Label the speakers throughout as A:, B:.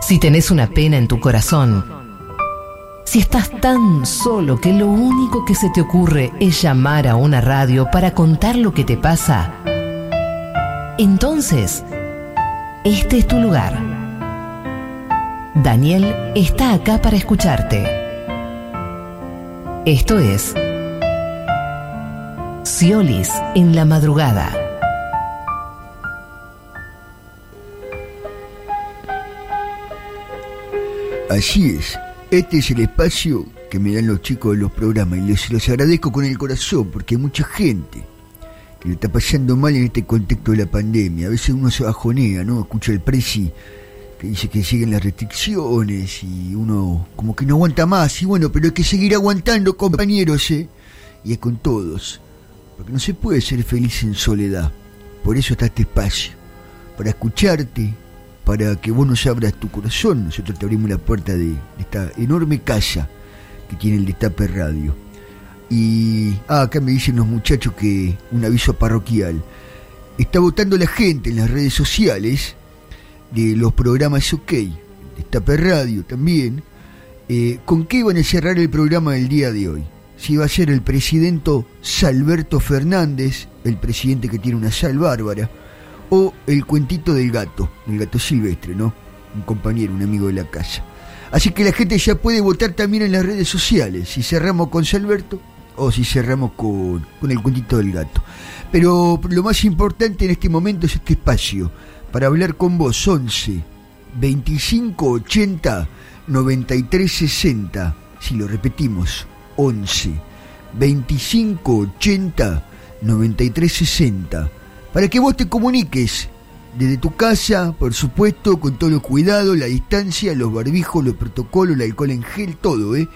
A: si tenés una pena en tu corazón, si estás tan solo que lo único que se te ocurre es llamar a una radio para contar lo que te pasa, entonces, este es tu lugar. Daniel está acá para escucharte. Esto es Ciolis en la madrugada.
B: Así es, este es el espacio que me dan los chicos de los programas y les los agradezco con el corazón porque hay mucha gente que le está pasando mal en este contexto de la pandemia. A veces uno se bajonea, ¿no? Escucha el preci que dice que siguen las restricciones y uno como que no aguanta más. Y bueno, pero hay que seguir aguantando, compañeros, ¿eh? Y es con todos. Porque no se puede ser feliz en soledad. Por eso está este espacio. Para escucharte, para que vos nos abras tu corazón. Nosotros te abrimos la puerta de esta enorme casa que tiene el Destape Radio. Y ah, acá me dicen los muchachos que un aviso parroquial. Está votando la gente en las redes sociales de los programas OK, Destape Radio también. Eh, ¿Con qué van a cerrar el programa del día de hoy? Si va a ser el presidente Salberto Fernández, el presidente que tiene una sal bárbara, o el cuentito del gato, el gato silvestre, ¿no? Un compañero, un amigo de la casa. Así que la gente ya puede votar también en las redes sociales, si cerramos con Salberto o si cerramos con, con el cuentito del gato. Pero lo más importante en este momento es este espacio, para hablar con vos, 11 25 80 93 60, si lo repetimos, 11 25 80 93 60 para que vos te comuniques desde tu casa, por supuesto, con todo el cuidado, la distancia, los barbijos, los protocolos, el alcohol en gel, todo, ¿eh?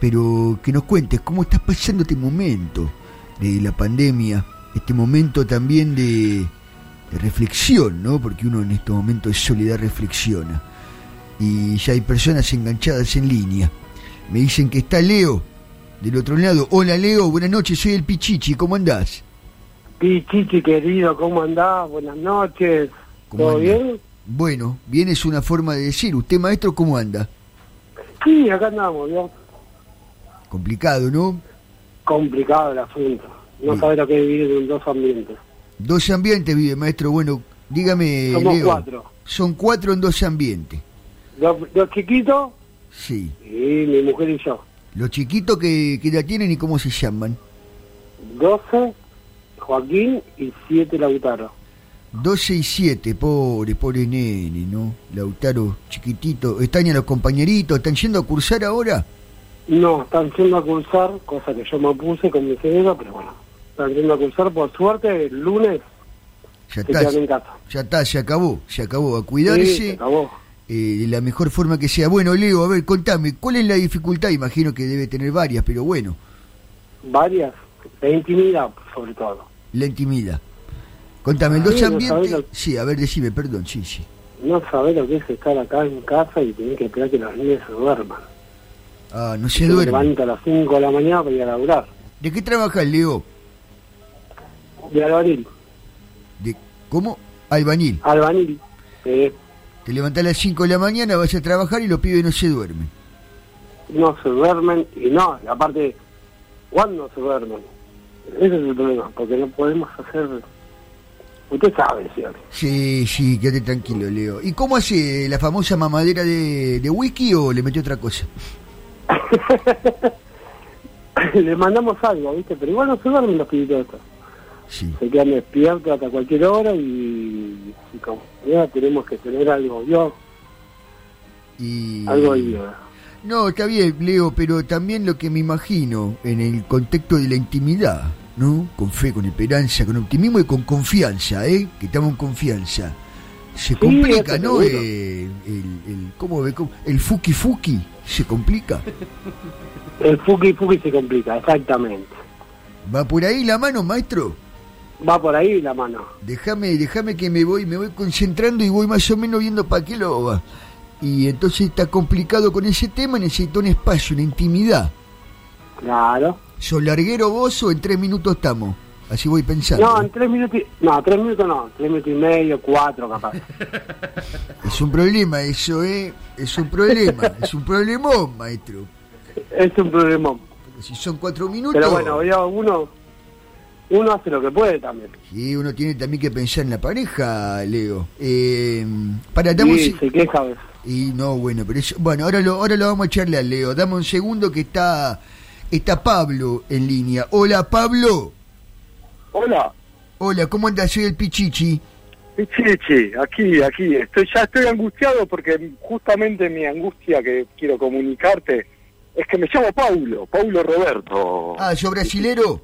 B: Pero que nos cuentes cómo estás pasando este momento de la pandemia, este momento también de, de reflexión, ¿no? Porque uno en estos momentos de soledad reflexiona. Y ya hay personas enganchadas en línea. Me dicen que está Leo del otro lado. Hola Leo, buenas noches, soy el Pichichi, ¿cómo andás?
C: Pichichi querido, ¿cómo andás? Buenas noches.
B: ¿Cómo
C: ¿Todo
B: anda?
C: bien?
B: Bueno, bien es una forma de decir. ¿Usted, maestro, cómo anda?
C: Sí, acá andamos, ¿no?
B: Complicado, ¿no?
C: Complicado el asunto. No
B: Sí.
C: sabés lo que es vivir en dos ambientes.
B: Dos ambientes vive, maestro. Bueno, dígame,
C: Somos
B: Leo.
C: cuatro.
B: Son cuatro en dos ambientes.
C: Dos, dos chiquitos
B: Sí.
C: y mi mujer y yo.
B: Los chiquitos que, que la tienen y cómo se llaman.
C: Doce, Joaquín y siete Lautaro.
B: 12 y 7, pobre, pobre nene, ¿no? Lautaro, chiquitito. ¿Están ya los compañeritos? ¿Están yendo a cursar ahora?
C: No, están yendo a cursar, cosa que yo me opuse con mi cerebro, pero bueno. Están yendo a cursar, por suerte, el lunes
B: Ya
C: se
B: está,
C: quedan en casa.
B: ya está, se acabó, se acabó. A
C: Sí, se
B: cuidarse.
C: acabó.
B: eh, de la mejor forma que sea. Bueno, Leo, a ver, contame, ¿cuál es la dificultad? Imagino que debe tener varias, pero bueno,
C: Varias, de intimidad, sobre todo.
B: la intimida. Contame, el
C: Sí,
B: dos
C: no
B: ambientes...
C: sabés Ah, lo-
B: Sí, a ver, decime, perdón, sí, sí.
C: No sabés lo que es estar acá en casa y tener que esperar que los niños se duerman.
B: Ah, no se
C: Yo Me
B: duerme.
C: levanto a las 5 de la mañana para ir a laburar.
B: ¿De qué trabajas, Leo?
C: De albanil.
B: ¿De cómo? Albanil.
C: Albanil. Eh,
B: Te levantás a las 5 de la mañana, vas a trabajar y los pibes no se duermen.
C: no se duermen y no, y aparte, ¿cuándo se duermen? Ese es el problema, porque no podemos hacer... Usted sabe, señor.
B: Sí, sí, quédate tranquilo, Leo. ¿Y cómo hace la famosa mamadera de, de whisky o le metió otra cosa?
C: Le mandamos algo, ¿viste? Pero igual no se duermen los pibitos estos.
B: Sí.
C: Se quedan despiertos hasta cualquier hora y, y como ya tenemos que tener algo, yo,
B: Y...
C: algo ahí. eh.
B: No, está bien, Leo, pero también lo que me imagino en el contexto de la intimidad, ¿no? Con fe, con esperanza, con optimismo y con confianza, ¿eh? Que estamos en confianza. Se complica,
C: eso
B: ¿no?
C: seguro.
B: Eh, el, el, ¿Cómo ve? ¿Cómo? El fuki fuki se complica.
C: El fuki fuki se complica, exactamente.
B: ¿Va por ahí la mano, maestro?
C: Va por ahí la mano.
B: Déjame, déjame que me voy, me voy concentrando y voy más o menos viendo para qué lo va. Y entonces está complicado con ese tema, necesito un espacio, una intimidad.
C: Claro.
B: ¿Sos larguero vos o en tres minutos estamos? Así voy pensando.
D: No, en tres minutos, y- no, tres minutos no, tres minutos y medio, cuatro capaz.
B: Es un problema eso, ¿eh? Es un problema, es un problemón, maestro.
D: es un problemón.
B: Porque si son cuatro minutos...
D: Pero bueno, yo, uno, uno hace lo que puede también.
B: Y uno tiene también que pensar en la pareja, Leo. Eh, para, dame un
D: Y
B: se-
D: se queja a veces.
B: Y no, bueno, pero eso- bueno, ahora lo, ahora lo vamos a echarle a Leo. Dame un segundo que está está Pablo en línea. Hola, Pablo.
C: Hola,
B: Hola, ¿cómo andas? Soy el Pichichi.
C: Pichichi, aquí, aquí. Estoy, ya estoy angustiado porque justamente mi angustia que quiero comunicarte es que me llamo Paulo, Paulo Roberto.
B: Ah, ¿yo brasilero?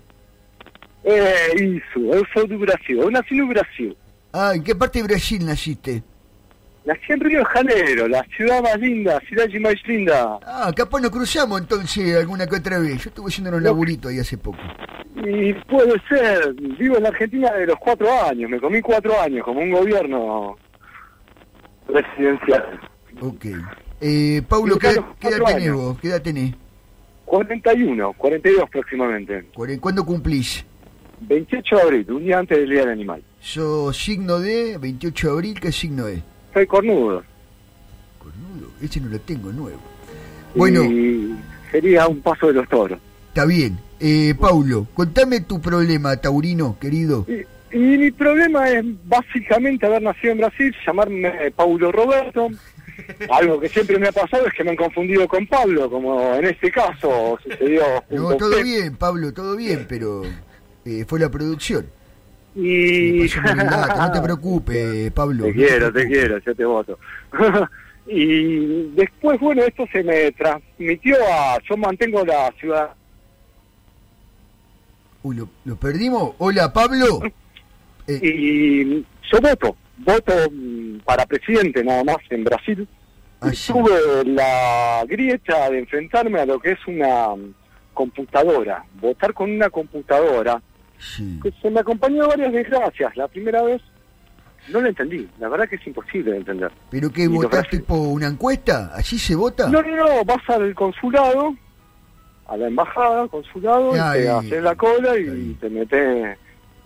C: Eh, isso, eu sou do Brasil, eu nasci no Brasil.
B: Ah, ¿en qué parte de Brasil naciste?
C: Nací en Río de Janeiro, la ciudad más linda, ciudad de más linda.
B: Ah, capaz nos cruzamos entonces alguna que otra vez. Yo estuve haciendo unos
C: No.
B: laburitos ahí hace poco.
C: Y puede ser, vivo en la Argentina de los cuatro años, me comí cuatro años como un gobierno presidencial.
B: Ok. Eh, Pablo,
C: Sí,
B: ¿qué,
C: claro,
B: qué edad
C: cuatro
B: tenés
C: años.
B: vos? ¿Qué edad tenés?
C: 41, 42 próximamente.
B: ¿Cuál- ¿Cuándo cumplís?
C: 28 de abril, un día antes del Día del Animal.
B: ¿Sos signo de 28 de abril? ¿Qué signo es?
C: Soy cornudo.
B: Cornudo, ese no lo tengo nuevo. Bueno.
C: Y sería un paso de los toros.
B: Está bien. Eh, Paulo, contame tu problema, Taurino, querido.
C: Y, y mi problema es básicamente haber nacido en Brasil, llamarme Paulo Roberto. Algo que siempre me ha pasado es que me han confundido con Pablo, como en este caso sucedió. junto
B: No,
C: a
B: todo
C: usted.
B: bien, Pablo, todo bien, pero eh, fue la producción.
C: Y...
B: Me pasó un relato, No te preocupes, Pablo.
C: Te
B: no
C: quiero, te
B: preocupes.
C: quiero, yo te voto. y después, bueno, esto se me transmitió a... Yo mantengo la ciudad...
B: Uy, ¿lo, lo perdimos? Hola, Pablo.
C: Y yo voto, voto mm, para presidente nada más en Brasil.
B: Ah,
C: Y
B: sí.
C: tuve la grieta de enfrentarme a lo que es una mm, computadora, votar con una computadora,
B: Sí.
C: que se me acompañó varias desgracias. La primera vez no la entendí, la verdad que es imposible de entender.
B: ¿Pero qué,
C: Y lo
B: votás
C: Brasil.
B: tipo una encuesta? ¿Así se vota?
C: No, no, no, vas al consulado, a la embajada, al consulado,
B: Ah,
C: y te
B: ahí.
C: haces la cola y
B: Ahí.
C: te metes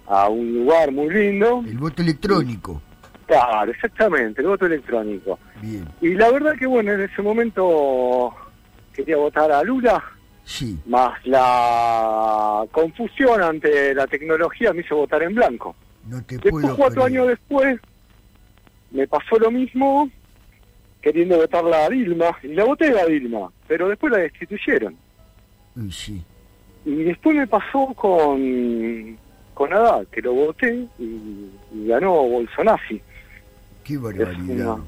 C: a un lugar muy lindo.
B: El voto electrónico.
C: Claro, exactamente, el voto electrónico.
B: Bien,
C: Y la verdad que bueno, en ese momento quería votar a Lula,
B: sí.
C: más la confusión ante la tecnología me hizo votar en blanco.
B: No te
C: Después,
B: puedo
C: cuatro
B: creer.
C: años después, me pasó lo mismo queriendo votarla a Dilma, y la voté a Dilma, pero después la destituyeron.
B: Uy, sí.
C: Y después me pasó con, con Haddad, que lo voté y, y ganó Bolsonaro.
B: Qué
C: Es
B: barbaridad.
C: una-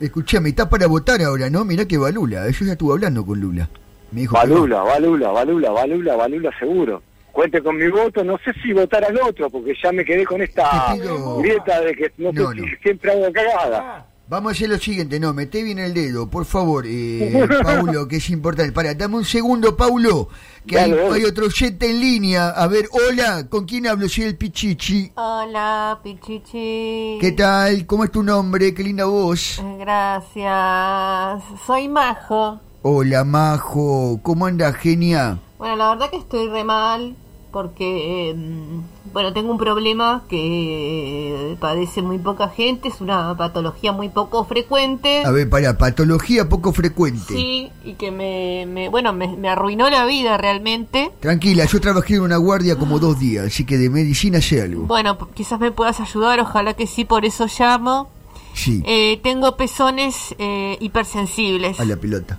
B: Escuchame, está para votar ahora, ¿no? Mirá que va Lula. Eh, Yo ya estuve hablando con Lula. Me dijo que no.
C: Valula, Valula, Valula, Valula, Valula seguro. Cuente con mi voto, no sé si votar al otro, porque ya me quedé con esta
B: Te pido-
C: grieta de que no, sé
B: No,
C: si
B: no.
C: siempre hago cagada.
B: Vamos a hacer lo siguiente, no, meté bien el dedo, por favor, eh, Paulo, que es importante. Para, dame un segundo, Paulo, que hay,
C: Dale, dale.
B: hay otro jet en línea. A ver, hola, ¿con quién hablo? Soy el Pichichi.
E: Hola, Pichichi.
B: ¿Qué tal? ¿Cómo es tu nombre? Qué linda voz.
E: Gracias. Soy Majo.
B: Hola, Majo, ¿cómo anda, genia?
E: Bueno, la verdad que estoy re mal porque, eh, bueno, tengo un problema que padece muy poca gente, es una patología muy poco frecuente.
B: A ver, para, patología poco frecuente.
E: Sí, y que me, me- bueno, me, me arruinó la vida realmente.
B: Tranquila, yo trabajé en una guardia como dos días, así que de medicina sé algo.
E: Bueno, p- quizás me puedas ayudar, ojalá que sí, por eso llamo.
B: Sí,
E: Eh, tengo pezones eh, hipersensibles.
B: a la pelota.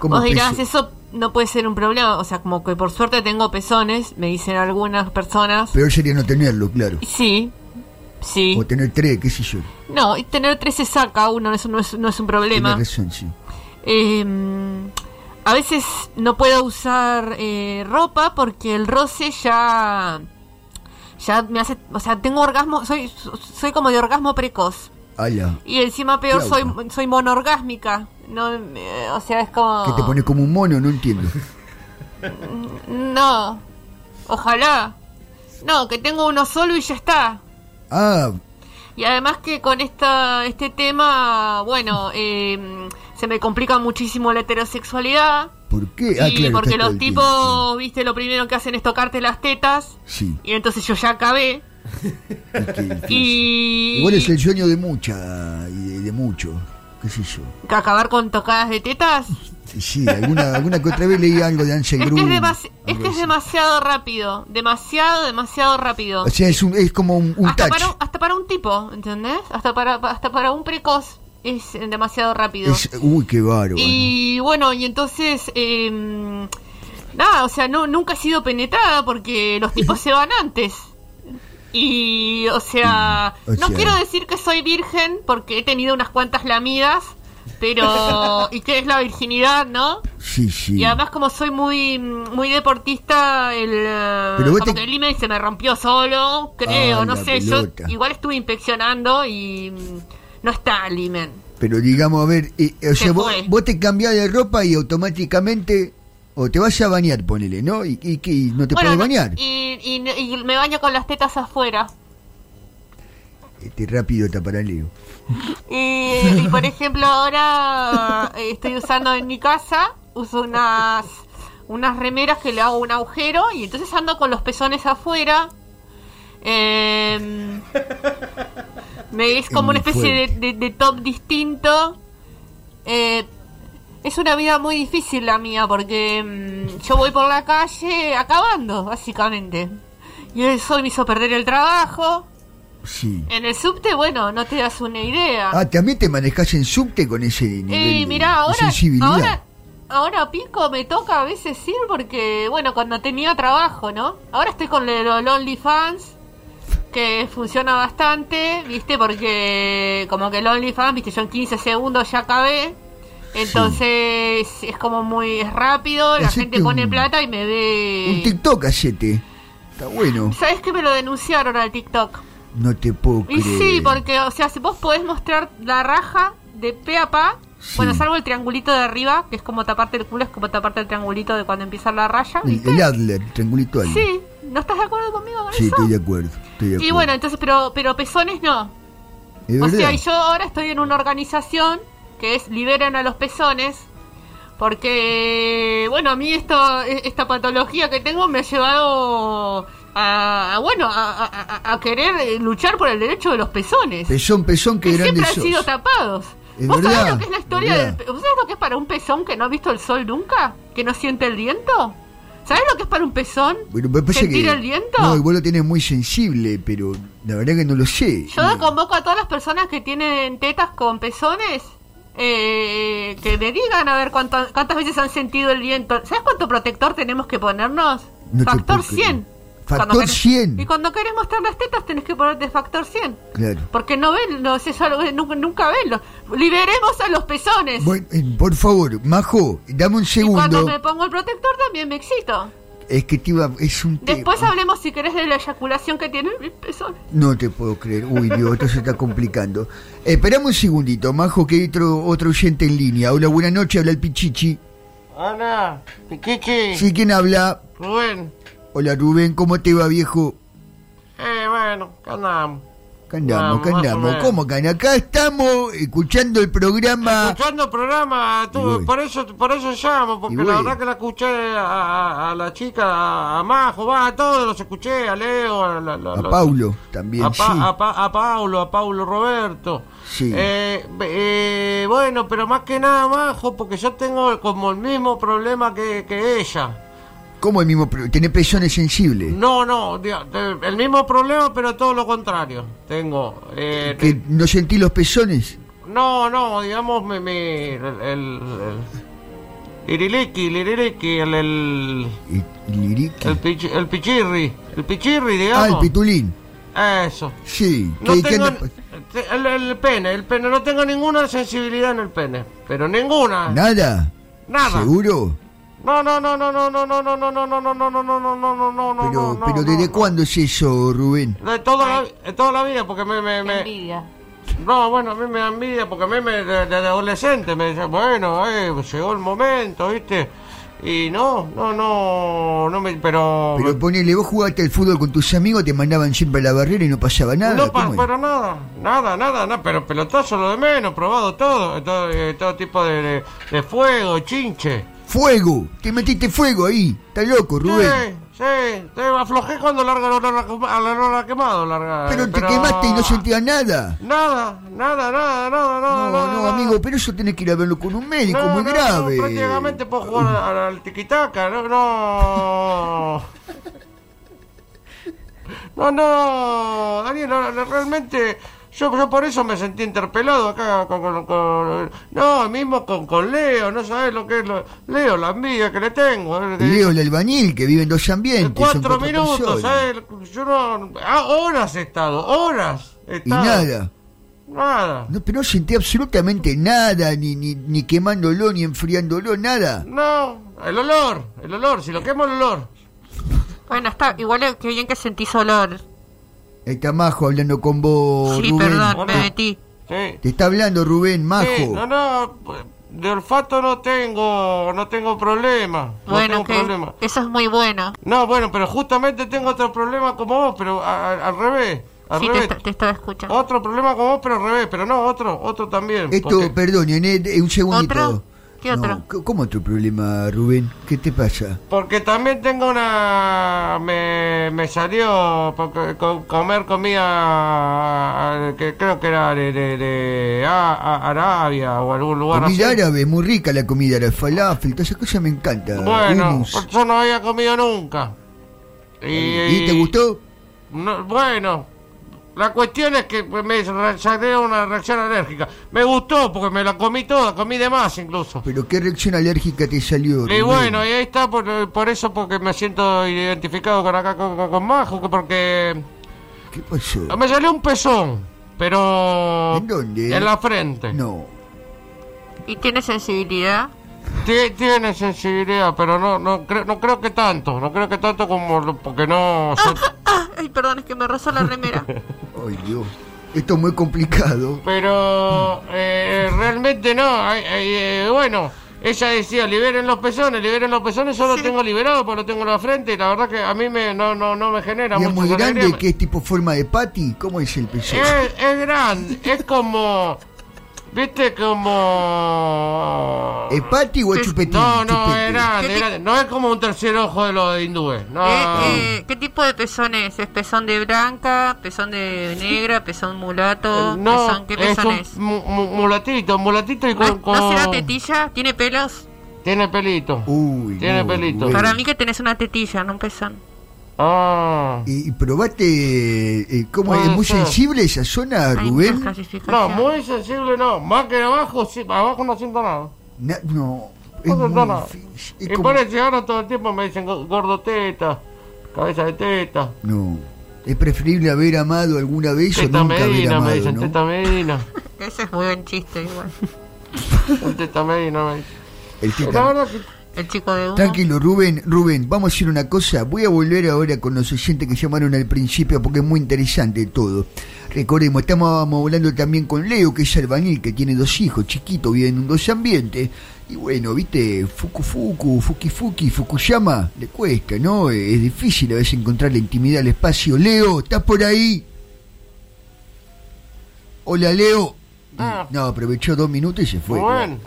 B: ¿Cómo
E: Vos dirás,
B: peso?
E: eso no puede ser un problema. O sea, como que por suerte tengo pezones, me dicen algunas personas.
B: Peor sería no tenerlo, claro.
E: Sí, sí.
B: O tener tres, qué sé yo.
E: No, y tener tres se saca uno, eso no es, no es un problema.
B: Tienes razón, sí.
E: Eh, a veces no puedo usar eh, ropa porque el roce ya. Ya me hace. O sea, tengo orgasmo, soy, soy como de orgasmo precoz.
B: Ala.
E: Y encima peor, soy,
B: Clauta.
E: soy monorgásmica. No, eh, o sea, es como.
B: Que te pones como un mono, no entiendo.
E: No, ojalá. No, que tengo uno solo y ya está.
B: Ah,
E: Y además que con esta, este tema, bueno, eh, se me complica muchísimo la heterosexualidad.
B: ¿Por qué?
E: Sí,
B: Ah, claro,
E: porque
B: está todo
E: los
B: el
E: tipos,
B: tiempo.
E: viste, lo primero que hacen es tocarte las tetas.
B: Sí.
E: Y entonces yo ya acabé.
B: y que-
E: Y.
B: Ah, Igual es el sueño de mucha y de, de mucho. ¿Qué sé yo?
E: ¿Acabar con tocadas de tetas?
B: Sí, alguna, alguna que otra vez leí algo de Ansel
E: Es que es,
B: Grun,
E: demasi-
B: algo
E: es que es
B: así.
E: demasiado rápido. Demasiado, demasiado rápido.
B: O sea, es, un- es como un, un
E: hasta,
B: touch.
E: para un, hasta para un tipo, ¿entendés? Hasta para, hasta para un precoz es eh, demasiado rápido.
B: Es- uy, qué bárbaro.
E: Y bueno, y entonces... eh, nada, o sea, no, nunca he sido penetrada porque los tipos se van antes. Y, o sea,
B: Mm, o
E: no
B: sea.
E: quiero decir que soy virgen porque he tenido unas cuantas lamidas, pero... ¿Y qué es la virginidad, no?
B: Sí, sí.
E: Y además como soy muy muy deportista, el, eh,
B: Pero vos
E: como
B: te-
E: que el límite se me rompió solo, creo,
B: Ay,
E: no
B: la
E: sé,
B: pelota.
E: yo igual estuve inspeccionando y mm, no está el limen.
B: Pero digamos, a ver, eh, o sea,
E: Se
B: vos,
E: fue.
B: vos te cambiás de ropa y automáticamente. O te vas a bañar, ponele, ¿no? ¿Y, y, qué? ¿Y no te puedes
E: no-
B: bañar?
E: Y, y- y me baño con las tetas afuera.
B: Este rápido taparaleo.
E: Y, y, por ejemplo ahora eh, estoy usando en mi casa, uso unas unas remeras que le hago un agujero y entonces ando con los pezones afuera. Em, me es como
B: muy
E: una especie de,
B: fuerte.
E: de- de top distinto. Eh, es una vida muy difícil la mía porque em, yo voy por la calle acabando, básicamente. Y eso me hizo perder el trabajo.
B: Sí.
E: En el subte, bueno, no te das una idea.
B: Ah, también te manejás en subte con ese nivel
E: Y
B: de-
E: mira,
B: de
E: Eh, ahora,
B: sensibilidad.
E: ahora, ahora pico me toca a veces ir porque, bueno, cuando tenía trabajo, ¿no? Ahora estoy con los OnlyFans, que funciona bastante, ¿viste? Porque como que el OnlyFans, ¿viste? Yo en 15 segundos ya acabé. Entonces es como muy es rápido, la
B: Hacete
E: gente pone
B: un-
E: plata y me
B: Un
E: ve...
B: TikTok hacete. Está bueno.
E: ¿Sabes que me lo denunciaron al TikTok?
B: No te puedo creer.
E: Y sí, porque, o sea, si vos podés mostrar la raja de pe a pa,
B: Sí.
E: bueno, salvo el triangulito de arriba, que es como taparte el culo, es como taparte el triangulito de cuando empieza la raya,
B: El,
E: ¿viste?
B: el Adler, triangulito Adler.
E: Sí, ¿no estás de acuerdo conmigo con
B: Sí,
E: eso?
B: estoy de acuerdo. Estoy de acuerdo.
E: Y bueno, entonces, pero, pero pezones no.
B: ¿Es
E: O
B: verdad?
E: sea, y yo ahora estoy en una organización que es Liberen a los Pezones, porque, bueno, a mí esto, e-, esta patología que tengo me ha llevado a, a, bueno, a, a- a- a querer eh, luchar por el derecho de los pezones.
B: Pezón, pezón, qué
E: que
B: grande
E: siempre han
B: sos.
E: sido tapados.
B: Es
E: ¿Vos
B: verdad,
E: sabés lo que es la historia
B: verdad.
E: del pe- ¿Vos sabés lo que es para un pezón que no ha visto el sol nunca? ¿Que no siente el viento? ¿Sabés lo que es para un pezón?
B: Bueno, me parece
E: ¿Sentir
B: que-
E: el viento?
B: No, igual lo tenés muy sensible, pero la verdad que no lo sé.
E: Yo convoco a todas las personas que tienen tetas con pezones eh, que me digan a ver cuánto- cuántas veces han sentido el viento. ¿Sabes cuánto protector tenemos que ponernos?
B: No te
E: factor
B: puedo creer.
E: 100.
B: Factor
E: Cuando querés-
B: 100.
E: Y cuando querés mostrar las tetas tenés que ponerte factor 100.
B: Claro.
E: Porque no ven, no sé, eso lo- nunca, nunca ven. los- Liberemos a los pezones.
B: Bueno, eh, por favor, Majo, dame un
E: Y cuando
B: segundo.
E: me pongo el protector también me excito.
B: Es que te iba... Es un tema.
E: Después hablemos, si querés, de la eyaculación que tiene el pezón.
B: No te puedo creer. Uy, Dios, esto se está complicando. Esperamos un segundito, Majo, que hay otro, otro oyente en línea. Hola, buenas noches, habla el Pichichi.
F: Hola, Pichichi,
B: Sí, ¿quién habla?
F: Rubén.
B: Hola, Rubén, ¿cómo te va, viejo?
F: Eh, bueno, ¿qué andamos?
B: Acá andamos, acá
F: Vamos,
B: andamos.
F: Rubén.
B: ¿Cómo, can? Acá estamos escuchando el programa.
F: Escuchando el programa, tú,
B: Y bueno.
F: por eso por eso llamo, porque
B: Y
F: la
B: bueno.
F: verdad que la escuché a, a- a la chica, a, a Majo, va, a todos los escuché, a Leo, a, la- la-
B: A
F: la-
B: Paulo también,
F: a, Pa-
B: sí.
F: a Pa- a Paulo, a Paulo Roberto.
B: Sí.
F: Eh, be- eh, bueno, pero más que nada, Majo, porque yo tengo como el mismo problema que, que ella.
B: ¿Cómo el mismo? pro- ¿Tenés pezones sensibles?
F: No, no, diga- te- el mismo problema, pero todo lo contrario. Tengo. eh,
B: ¿Que no sentís los pezones?
F: No, no, digamos, me, me- el, el, el Liriliqui, liriliqui, el, el,
B: Y- y liriqui.
F: el, pichi- el pichirri, el pichirri,
B: Ah, el
F: digamos.
B: pitulín.
F: Eso.
B: Sí.
F: No
B: ¿Qué- qué
F: tengo,
B: anda-
F: el, el pene, el pene, no tengo ninguna sensibilidad en el pene, pero ninguna.
B: ¿Nada?
F: Nada.
B: ¿Seguro?
F: No, no, no, no, no, no, no, no, no, no, no, no, no, no, no, no, no, no, no,
B: Pero,
F: no,
B: pero
F: no,
B: ¿desde
F: no.
B: cuándo es eso, Rubén?
F: De toda la, de toda la vida, porque me, me,
E: Qué
F: me,
E: envidia.
F: No, bueno, a mí me da envidia porque a mí me, de, de adolescente me decían, bueno, eh, llegó el momento, ¿viste? Y no, no, no, no me. Pero.
B: Pero ponele, vos jugaste al fútbol con tus amigos, te mandaban siempre a la barrera y no pasaba nada.
F: no, pa-
B: ¿cómo es?
F: pero nada, nada, nada, nada, pero eh, pelotazo lo de menos, probado todo, todo, eh, todo tipo de, de- de fuego, chinche.
B: ¡Fuego! Te metiste fuego ahí. Estás loco, Rubén.
F: Sí, sí, te aflojé cuando larga el olor a quem- al olor a quemado. Larga,
B: Pero te quemaste y no sentías nada.
F: Nada, nada, nada, nada, nada.
B: No,
F: nada,
B: no,
F: nada.
B: amigo, pero eso tenés que ir a verlo con un médico,
F: No,
B: muy
F: no, no,
B: grave.
F: prácticamente puedo jugar al, al tiquitaca, no, no. No, no, Daniel, no, no, realmente yo, yo por eso me sentí interpelado acá con, con- con- no, mismo con, con Leo, no sabes lo que es lo- Leo, la envidia que le tengo. eh, que-
B: Leo el albañil, que vive en dos
F: en
B: ambientes. son
F: cuatro minutos,
B: personas.
F: ¿sabes? Yo no, ah, horas he estado, horas he
B: Y
F: estado.
B: nada.
F: Nada.
B: No, pero no sentí absolutamente nada, ni, ni, ni quemándolo, ni enfriándolo, nada.
F: No, el olor, el olor, si lo quemo el olor.
E: Bueno, está. Igual que bien que sentís olor.
B: Ahí está Majo hablando con vos,
E: sí,
B: Oh, Rubén.
E: perdón, me
F: Hola.
E: metí.
F: Sí.
B: Te está hablando Rubén, Majo.
F: Sí, no, no, de olfato no tengo, no tengo problema. No
E: Bueno,
F: tengo
E: que
F: problema.
E: eso es muy bueno.
F: No, bueno, pero justamente tengo otro problema como vos, pero a- a- al revés. Al
E: Sí, te,
F: revés.
E: esta- te estaba escuchando.
F: Otro problema como vos, pero al revés, pero no, otro, otro también.
B: Esto,
F: porque-
B: perdonen, eh, eh, un segundito.
E: ¿Otro? ¿Qué
B: No,
E: otro?
B: c- ¿Cómo tu problema, Rubén? ¿Qué te pasa?
F: Porque también tengo una... Me, me salió porque co- comer comida eh, que creo que era de, de- de a- a- Arabia o algún lugar así.
B: Comida árabe, muy rica la comida, la falafel, todas esas cosas me encanta.
F: Bueno, pues
B: hummus.
F: yo no había comido nunca. Y,
B: ¿Y te gustó?
F: No, bueno, la cuestión es que me re- saqué una reacción alérgica. Me gustó porque me la comí toda, comí de más incluso.
B: Pero qué reacción alérgica te salió.
F: Y
B: Rubén?
F: bueno, y ahí está por, por eso porque me siento identificado con acá con, con- con Majo, que porque
B: ¿Qué pasó?
F: me salió un pezón, pero
B: ¿En dónde?
F: en la frente.
B: No.
E: ¿Y tiene sensibilidad?
F: Tie- Tiene sensibilidad, pero no no creo no creo que tanto, no creo que tanto como lo- porque no yo-
E: Ah, ay, perdón, es que me rozó la remera.
B: Ay, Dios. Esto es muy complicado.
F: Pero eh, realmente no. ay, ay, eh, bueno, ella decía, liberen los pezones, liberen los pezones. Yo lo tengo liberado, pero lo tengo en la frente. Y la verdad que a mí me, no, no, no me genera
B: ¿Y es
F: mucho
B: muy
F: alegría.
B: grande que es tipo forma de pati? ¿Cómo es el pezón?
F: es, es grande, es como... ¿Viste? Como...
B: ¿Es pati o es
E: Es-
B: chupetín?
F: No, no,
B: Chupete.
F: es
E: ¿Qué
F: grande, es
E: ti-
F: grande. No es como un tercer ojo de los hindúes. No.
E: Eh, eh, ¿Qué tipo de pezón es? ¿Es pezón de blanca, pezón de negra, pezón mulato?
F: Eh, No,
E: pezón- eh, ¿Qué
F: es
E: pezón
F: un
E: es? Ah,
F: mu- mu- mulatito, mulatito y
E: ¿No,
F: con...
E: es- no será
F: con-
E: tetilla? ¿Tiene pelos?
F: Tiene pelito.
B: Uy,
F: Tiene
B: no,
F: pelito.
B: Rubén.
E: Para mí que tenés una tetilla, no un pezón.
F: Ah.
B: ¿Y, y probaste eh, cómo es?
F: Puede
B: ¿Muy
F: ser.
B: sensible esa zona,
E: Hay
B: Rubén?
E: muchas clasificaciones.
F: No, muy sensible no. Más que abajo, sí, abajo no siento nada.
B: Na- no. Es
F: No
B: muy
F: siento nada.
B: difícil. Es
F: Y
B: como-
F: por eso llegaron todo el tiempo me dicen "Go- gordo teta, cabeza de teta,
B: No. Es preferible haber amado alguna vez o
F: teta
B: nunca haber
F: medina,
B: amado,
F: me dicen,
B: ¿no?
F: teta medina,
E: Ese es muy buen chiste, igual.
F: el teta medina me dicen.
B: El teta.
F: La verdad que
E: El chico de humo.
B: Tranquilo, Rubén, Rubén, vamos a hacer una cosa. Voy a volver ahora con los oyentes que llamaron al principio porque es muy interesante todo. Recordemos, estábamos hablando también con Leo, que es albañil, que tiene dos hijos, chiquito, vive en un dos ambientes. Y bueno, viste, Fuku Fuku, Fuki Fuki, Fukuyama, le cuesta, ¿no? Es difícil a veces encontrar la intimidad al espacio. Leo, ¿estás por ahí? Hola, Leo.
F: Ah.
B: No, aprovechó dos minutos y se fue. claro.
F: Rubén,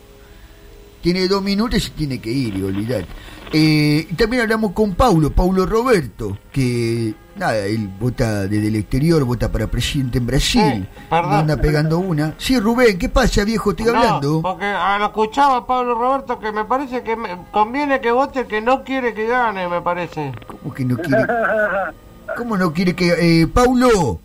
B: Tiene dos minutos y tiene que ir, y olvidar. Eh, y también hablamos con Paulo, Paulo Roberto, que nada, él vota desde el exterior, vota para presidente en Brasil.
F: Sí, perdón.
B: anda pegando una. Sí, Rubén, ¿qué pasa, viejo? Estoy
F: no,
B: hablando.
F: porque ah, lo escuchaba Pablo Roberto que me parece que me- conviene que vote el que no quiere que gane, me parece.
B: ¿Cómo que no quiere? ¿Cómo no quiere que. Eh, Paulo,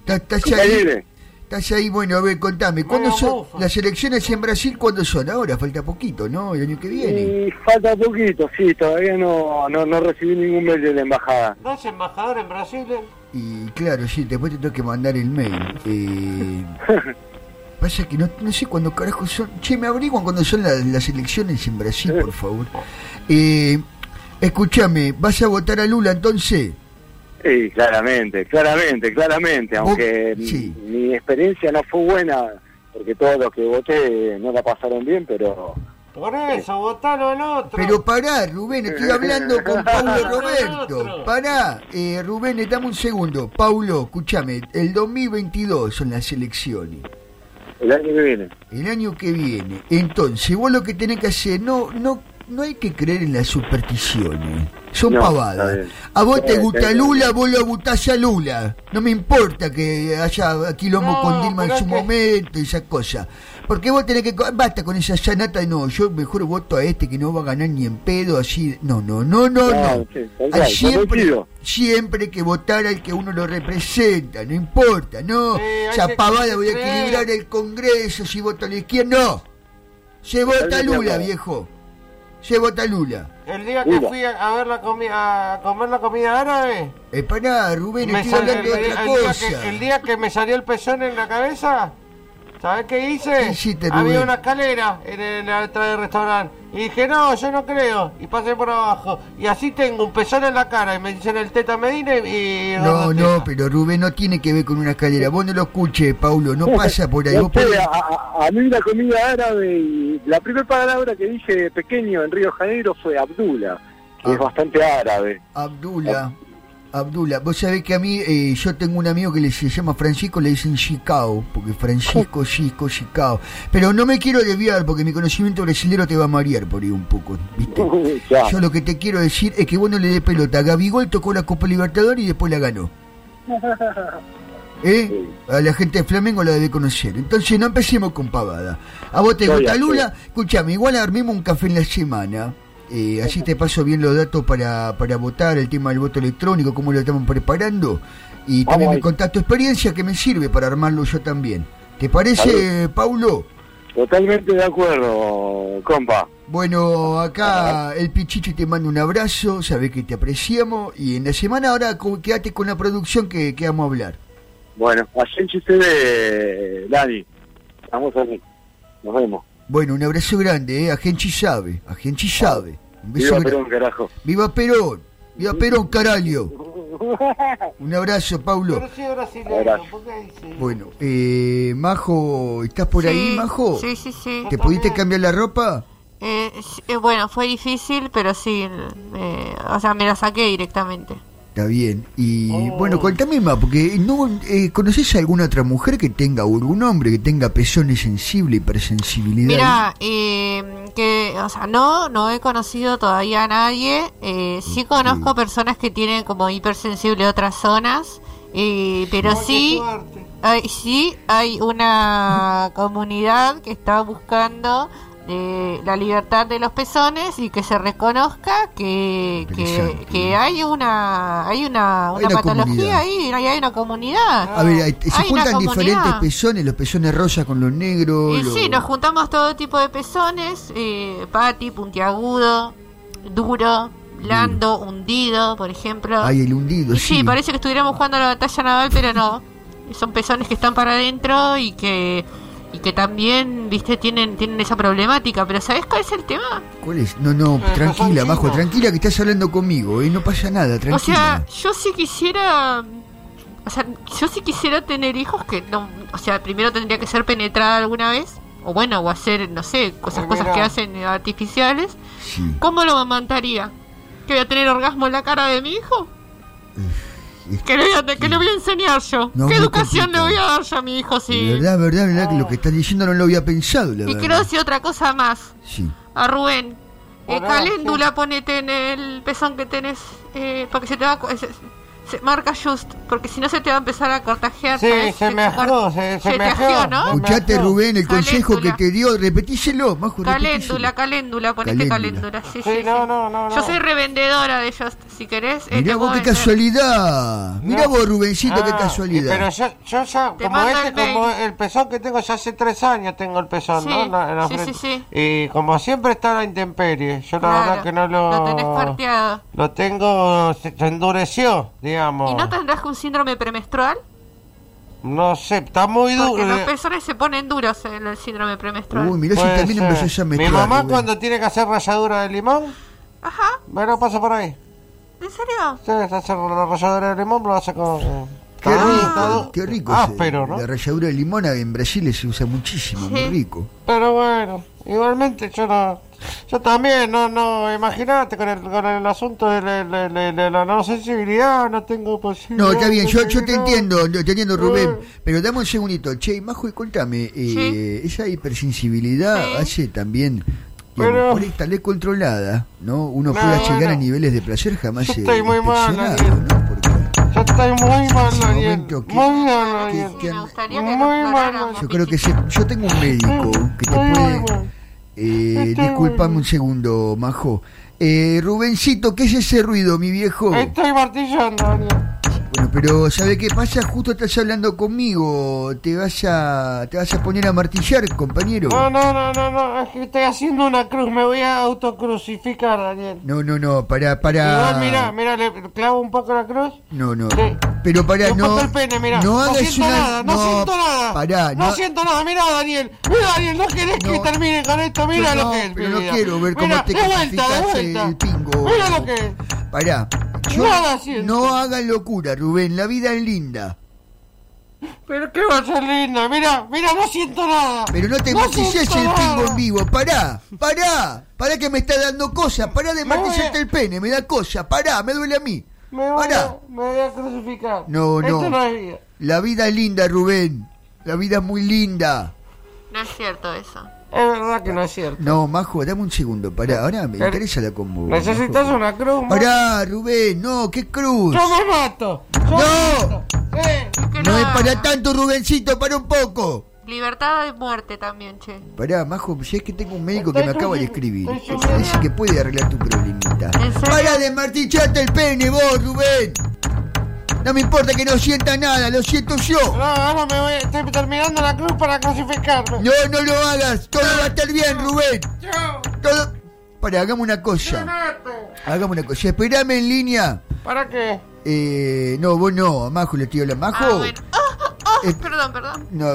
B: ¿estás- ¿estás ahí?
C: Mire,
B: ¿Estás ahí? Bueno, a ver, contame. ¿Cuándo
F: Medio
B: son
F: mufa.
B: las elecciones en Brasil? ¿Cuándo son? Ahora falta poquito, ¿no? El año que viene.
C: y falta poquito, sí, todavía no, no, no recibí ningún mail de la embajada.
F: ¿No es embajador en Brasil? eh?
B: Y claro, sí, después te tengo que mandar el mail. Eh, pasa que no, no sé cuándo carajo son. Che, me averiguan cuándo son las, las elecciones en Brasil, por favor. Eh, escúchame, ¿vas a votar a Lula entonces?
C: Sí, claramente, claramente, claramente, aunque
B: Vos- sí.
C: mi, mi experiencia no fue buena, porque todos los que voté no la pasaron bien, pero
F: Por eso, votalo al otro.
B: Pero pará, Rubén, estoy hablando con Paulo Roberto. Pará, eh, Rubén, dame un segundo. Paulo, escúchame, el 2022 son las elecciones.
C: el año que viene.
B: El año que viene. Entonces, vos lo que tenés que hacer, no, no, no hay que creer en las supersticiones. Son
C: No,
B: pavadas.
C: está bien.
B: A vos te
C: Eh,
B: gusta
C: eh,
B: Lula, vos lo votás a Lula. No me importa que haya quilombo
F: No,
B: con Dilma en
F: pero
B: su
F: es que-
B: momento y esas cosas. Porque vos tenés que... co- Basta con esa llanata, no, yo mejor voto a este que no va a ganar ni en pedo, así... No, no, no, no,
C: No,
B: no.
C: sí, tal
B: Hay
C: cual,
B: siempre,
C: coincido.
B: siempre que votar al que uno lo representa, no importa, no.
F: Sí, hay
B: esa
F: que-
B: pavada, voy a
F: creer.
B: equilibrar el Congreso si voto a la izquierda, no. Se vota
C: Totalmente de
B: Lula,
C: acuerdo.
B: viejo. Se vota Lula.
F: El día que
C: Mira.
F: fui a, a ver la comi- a comer la comida árabe,
B: Eh, pará, Rubén,
F: me
B: estoy
F: sal-
B: hablando de
F: el,
B: otra
F: el día
B: cosa.
F: que, el día que me salió el pezón en la cabeza, ¿sabes qué hice?
B: ¿Qué hiciste, Rubén?
F: Había una escalera en, el- en la entrada del restaurante. Y dije, no, yo no creo. Y pasé por abajo. Y así tengo un pezón en la cara. Y me dicen el teta Medina y... y
B: No,
F: Gordo
B: no,
F: Teta.
B: pero Rubén no tiene que ver con una escalera. Vos no lo escuches, Paulo, no pasa por ahí.
C: No
B: Vos
C: sé,
B: podés-
C: a, a- a mí la comida árabe y la primera palabra que dije de pequeño en Río de Janeiro fue Abdullah, que
B: Ah.
C: es bastante árabe.
B: Abdullah. Abdullah, vos sabés que a mí, eh, yo tengo un amigo que le, se llama Francisco, le dicen Chicao, porque Francisco, Chico, Chicao. Pero no me quiero desviar porque mi conocimiento brasilero te va a marear por ahí un poco, ¿viste?
C: Ya.
B: Yo lo que te quiero decir es que vos no le des pelota. Gabigol tocó la Copa Libertadores y después la ganó. ¿Eh? A la gente de Flamengo la debe conocer. Entonces no empecemos con pavada. A vos te
C: Estoy
B: gusta
C: así.
B: Lula. Escuchame, igual armemos un café en la semana. Eh, así te paso bien los datos para, para votar, el tema del voto electrónico, cómo lo estamos preparando. Y
C: Vamos
B: también me
C: ahí.
B: contás tu experiencia que me sirve para armarlo yo también. ¿Te parece, Paulo?
C: Totalmente de acuerdo, compa.
B: Bueno, acá el Pichichi te manda un abrazo, sabe que te apreciamos y en la semana ahora co- quédate con la producción que, que vamos a hablar.
C: Bueno, a gente se ve, Dani. Estamos aquí. Nos vemos.
B: Bueno, un abrazo grande, ¿eh? A Genchi sabe, a Genchi sabe. Un beso
C: Viva
B: grande.
C: Perón, carajo.
B: Viva Perón, viva Perón, caralho. Un abrazo, Paulo.
F: Pero sí brasileño,
C: Abrazo.
F: ¿por qué dice?
B: Bueno, eh, Majo, ¿estás por ahí,
E: Sí,
B: Majo?
E: Sí, sí, sí.
B: ¿Te pudiste cambiar la ropa?
E: Eh, sí, eh, bueno, fue difícil, pero sí. eh, o sea, me la saqué directamente.
B: Está bien. Y
F: Oh.
B: bueno, contame más, porque no eh, ¿conoces a alguna otra mujer que tenga, o algún hombre que tenga pezones sensible, hipersensibilidad?
E: Mira, eh, que, o sea, no, no he conocido todavía a nadie. Eh, sí conozco personas que tienen como hipersensible otras zonas, eh, pero
F: Ay, qué
E: sí,
F: suerte.
E: hay, sí hay una comunidad que está buscando eh, la libertad de los pezones y que se reconozca que,
B: Interesante.
E: que, que hay una, hay una,
B: Hay
E: una
B: una comunidad.
E: patología ahí, hay una comunidad.
B: A ver, se
E: Hay una
B: juntan diferentes
E: comunidad.
B: pezones, los pezones rosas con los negros.
E: Y
B: los-
E: sí, nos juntamos todo tipo de pezones, eh, pati, puntiagudo, duro, blando, hundido, por ejemplo.
B: Hay el hundido,
E: Y
B: sí.
E: sí, parece que estuviéramos jugando a la batalla naval, pero no. Son pezones que están para adentro y que y que también, viste, tienen tienen esa problemática. Pero ¿sabés cuál es el tema?
B: ¿Cuál es? No, no,
E: Ah,
F: Eh,
B: tranquila,
F: pezón
B: Majo,
F: chico.
B: tranquila que estás hablando conmigo, ¿eh? no pasa nada, tranquila.
E: O sea, yo sí quisiera... O sea, yo sí quisiera tener hijos que no... O sea, primero tendría que ser penetrada alguna vez. O bueno, o hacer, no sé, cosas,
F: Ay,
E: cosas
F: mira.
E: que hacen eh, artificiales.
B: Sí,
E: ¿Cómo lo amamantaría? ¿Que voy a tener orgasmo en la cara de mi hijo?
B: es-
E: ¿Qué le voy a, qué le voy a enseñar yo?
B: No,
E: ¿Qué
B: muy
E: educación le
B: complicado.
E: voy a dar yo a mi hijo
B: de
E: si...?
B: verdad, verdad, verdad, que lo que estás diciendo no lo había pensado, la
E: Oh. Y
B: verdad.
E: quiero decir otra cosa más.
B: Sí.
E: A Rubén. Eh,
F: Hola,
E: caléndula ponete en el pezón que tenés. Eh, porque se te va... a co- se- se- marca just. Porque si no se te va a empezar a cortajear.
F: Sí,
E: ¿sabes?
F: se me
E: cor-
F: ajó, se, se me
E: te
F: ajó.
E: agió, ¿no?
F: me
B: Escuchate,
F: ajó.
B: Rubén, el consejo que
E: Caléndula.
B: te dio, repetíselo, Majo,
E: Caléndula,
B: repetíselo.
E: caléndula, ponete
B: Caléndula.
E: caléndula. Sí, sí,
F: Sí,
E: sí.
F: no, no, no. no.
E: Yo soy revendedora de ellos, si querés. eh,
B: Mirá
E: te
B: vos
E: puedo
B: qué
E: vender.
B: casualidad. Mirá
F: Este No.
B: vos, Rubencito, qué
F: Ah,
B: casualidad.
F: y Pero yo, yo ya,
E: Te
F: como
E: mando
F: este,
E: el
F: como
E: mail.
F: el pezón que tengo, ya hace tres años tengo el pezón,
E: Sí,
F: ¿no? En la- en la
E: sí,
F: frente.
E: sí, sí.
F: Y como siempre está la intemperie, yo la verdad
E: Claro,
F: que no lo...
E: lo tenés cuarteado.
F: Lo tengo, se, se endureció, digamos.
E: ¿Y no tendrás un síndrome premenstrual?
F: No sé, está muy
E: Porque
F: duro. eh.
E: los pezones se ponen duros en el síndrome premenstrual.
B: Uy, mirá si
F: Puede
B: también
F: ser.
B: empezó a eh.
F: Mi
B: meter.
F: mamá cuando tiene que hacer ralladura de limón,
E: Ajá,
F: me lo pasa por ahí.
E: ¿en serio?
F: Ustedes hacen la ralladura de limón, lo hace con... eh,
B: Qué
F: está-
B: rico,
F: está du-
B: qué rico. ese-
F: Áspero, ¿no?
B: La ralladura de limón en Brasil se usa muchísimo, muy
E: Sí.
B: rico.
F: Pero bueno, igualmente yo no, yo también no, no, imagínate con el, con el asunto de la, la- la- la- la no sensibilidad, no tengo posibilidad.
B: No, está bien, yo, yo te
F: no.
B: entiendo, yo te entiendo Rubén,
F: Eh.
B: pero dame un segundito. Che, Majo, y contame, eh, esa hipersensibilidad
E: Sí.
B: hace también
F: Pero-
B: por esta ley controlada, ¿no? Uno
F: No,
B: pueda llegar a
F: no.
B: niveles de placer jamás
F: Yo estoy muy mal,
B: excepcionado,
F: Daniel.
B: ¿no? Porque
F: Yo estoy muy mal,
B: ese
F: Daniel.
B: momento que-
F: Muy mal,
B: que-
F: Daniel.
B: que-
E: Me gustaría que
F: Muy
E: nos aclaráramos,
F: malo.
B: yo creo que
E: Pichi.
B: se- yo tengo un médico que te
F: Muy
B: puede
F: mal.
B: eh,
F: Estoy
B: disculpame
F: muy-
B: un segundo, majo. Eh, Rubencito, ¿qué es ese ruido, mi viejo?
F: Estoy martillando, Daniel.
B: Bueno, pero ¿sabe qué pasa? Justo estás hablando conmigo. Te vas a te vas a poner a martillar, compañero.
F: Ah, No, no, no, no, no. Es que estoy haciendo una cruz. Me voy a autocrucificar, Daniel.
B: No, no, no, para
F: Igual, mirá,
B: para
F: mirá, le clavo un poco la cruz.
B: No, no.
F: Sí.
B: Pero para
F: Me
B: no
F: pasó el pene, mirá.
B: no hagas
F: siento
B: una
F: nada, no, siento nada.
B: Pará,
F: no,
B: no
F: siento nada. Mirá, Daniel. Mirá, Daniel, no querés que
B: No.
F: termine con esto. Mirá
B: Yo
F: lo
B: no,
F: que es. mi
B: pero no
F: vida.
B: quiero ver cómo
F: Mirá,
B: te
F: De vuelta, de
B: crucificás
F: vuelta.
B: el pingo.
F: Mirá lo que es.
B: Pará. Yo-
F: Nada siento.
B: no hagan locura, Rubén, la vida es linda.
F: Pero qué va a ser linda. Mirá, mirá, no siento nada.
B: Pero no te martilles
F: siento
B: el
F: nada.
B: pingo en vivo, pará, pará, pará que me está dando cosas, pará de
F: Me voy
B: martillarte
F: a-
B: el pene, me da cosa, pará, me duele a mí.
F: Me voy,
B: Pará.
F: a, me voy a crucificar.
B: No,
F: Esto
B: no.
F: no es vida.
B: La vida es linda, Rubén. La vida es muy linda.
E: No es cierto eso.
F: Es verdad que no es cierto.
B: No, Majo, dame un segundo. Pará, ahora me
F: Pero-
B: interesa la combo.
F: Necesitas
B: Majo.
F: una cruz. más.
B: Pará, Rubén, no, qué cruz.
F: Yo me mato. Yo
B: No.
F: me mato. Eh,
E: Que
B: No es
E: nada.
B: para tanto, Rubencito, para un poco.
E: Libertad de muerte también, che.
B: Pará, Majo, si es que tengo un médico que me acaba de escribir.
F: Estoy
B: Que parece que puede arreglar tu problemita.
E: ¿En serio?
B: Pará de martillarte el pene, vos, Rubén. No me importa que no sienta nada, lo siento yo.
F: no, ahora me voy. Estoy terminando la cruz para crucificarme.
B: No, no lo hagas. Todo va a estar bien, Rubén.
F: Yo
B: Todo... Pará, hagamos una
F: me
B: cosa.
F: mato.
B: Hagamos una cosa. Esperame en línea.
F: ¿Para qué?
B: Eh, no, vos no, a Majo le estoy hablando. Majo,
E: Ah, bueno. Ah, ah, ah,
B: Eh,
E: perdón, perdón.
B: no,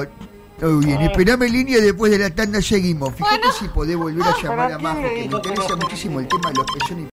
B: todo bien. Esperame en línea y después de la tanda seguimos. Fíjate si podés volver a llamar
F: ¿para
E: Ah,
B: a
F: qué
B: Majo,
F: le
B: que me
F: dijo que
B: interesa
F: no?
B: muchísimo el tema de los pezones.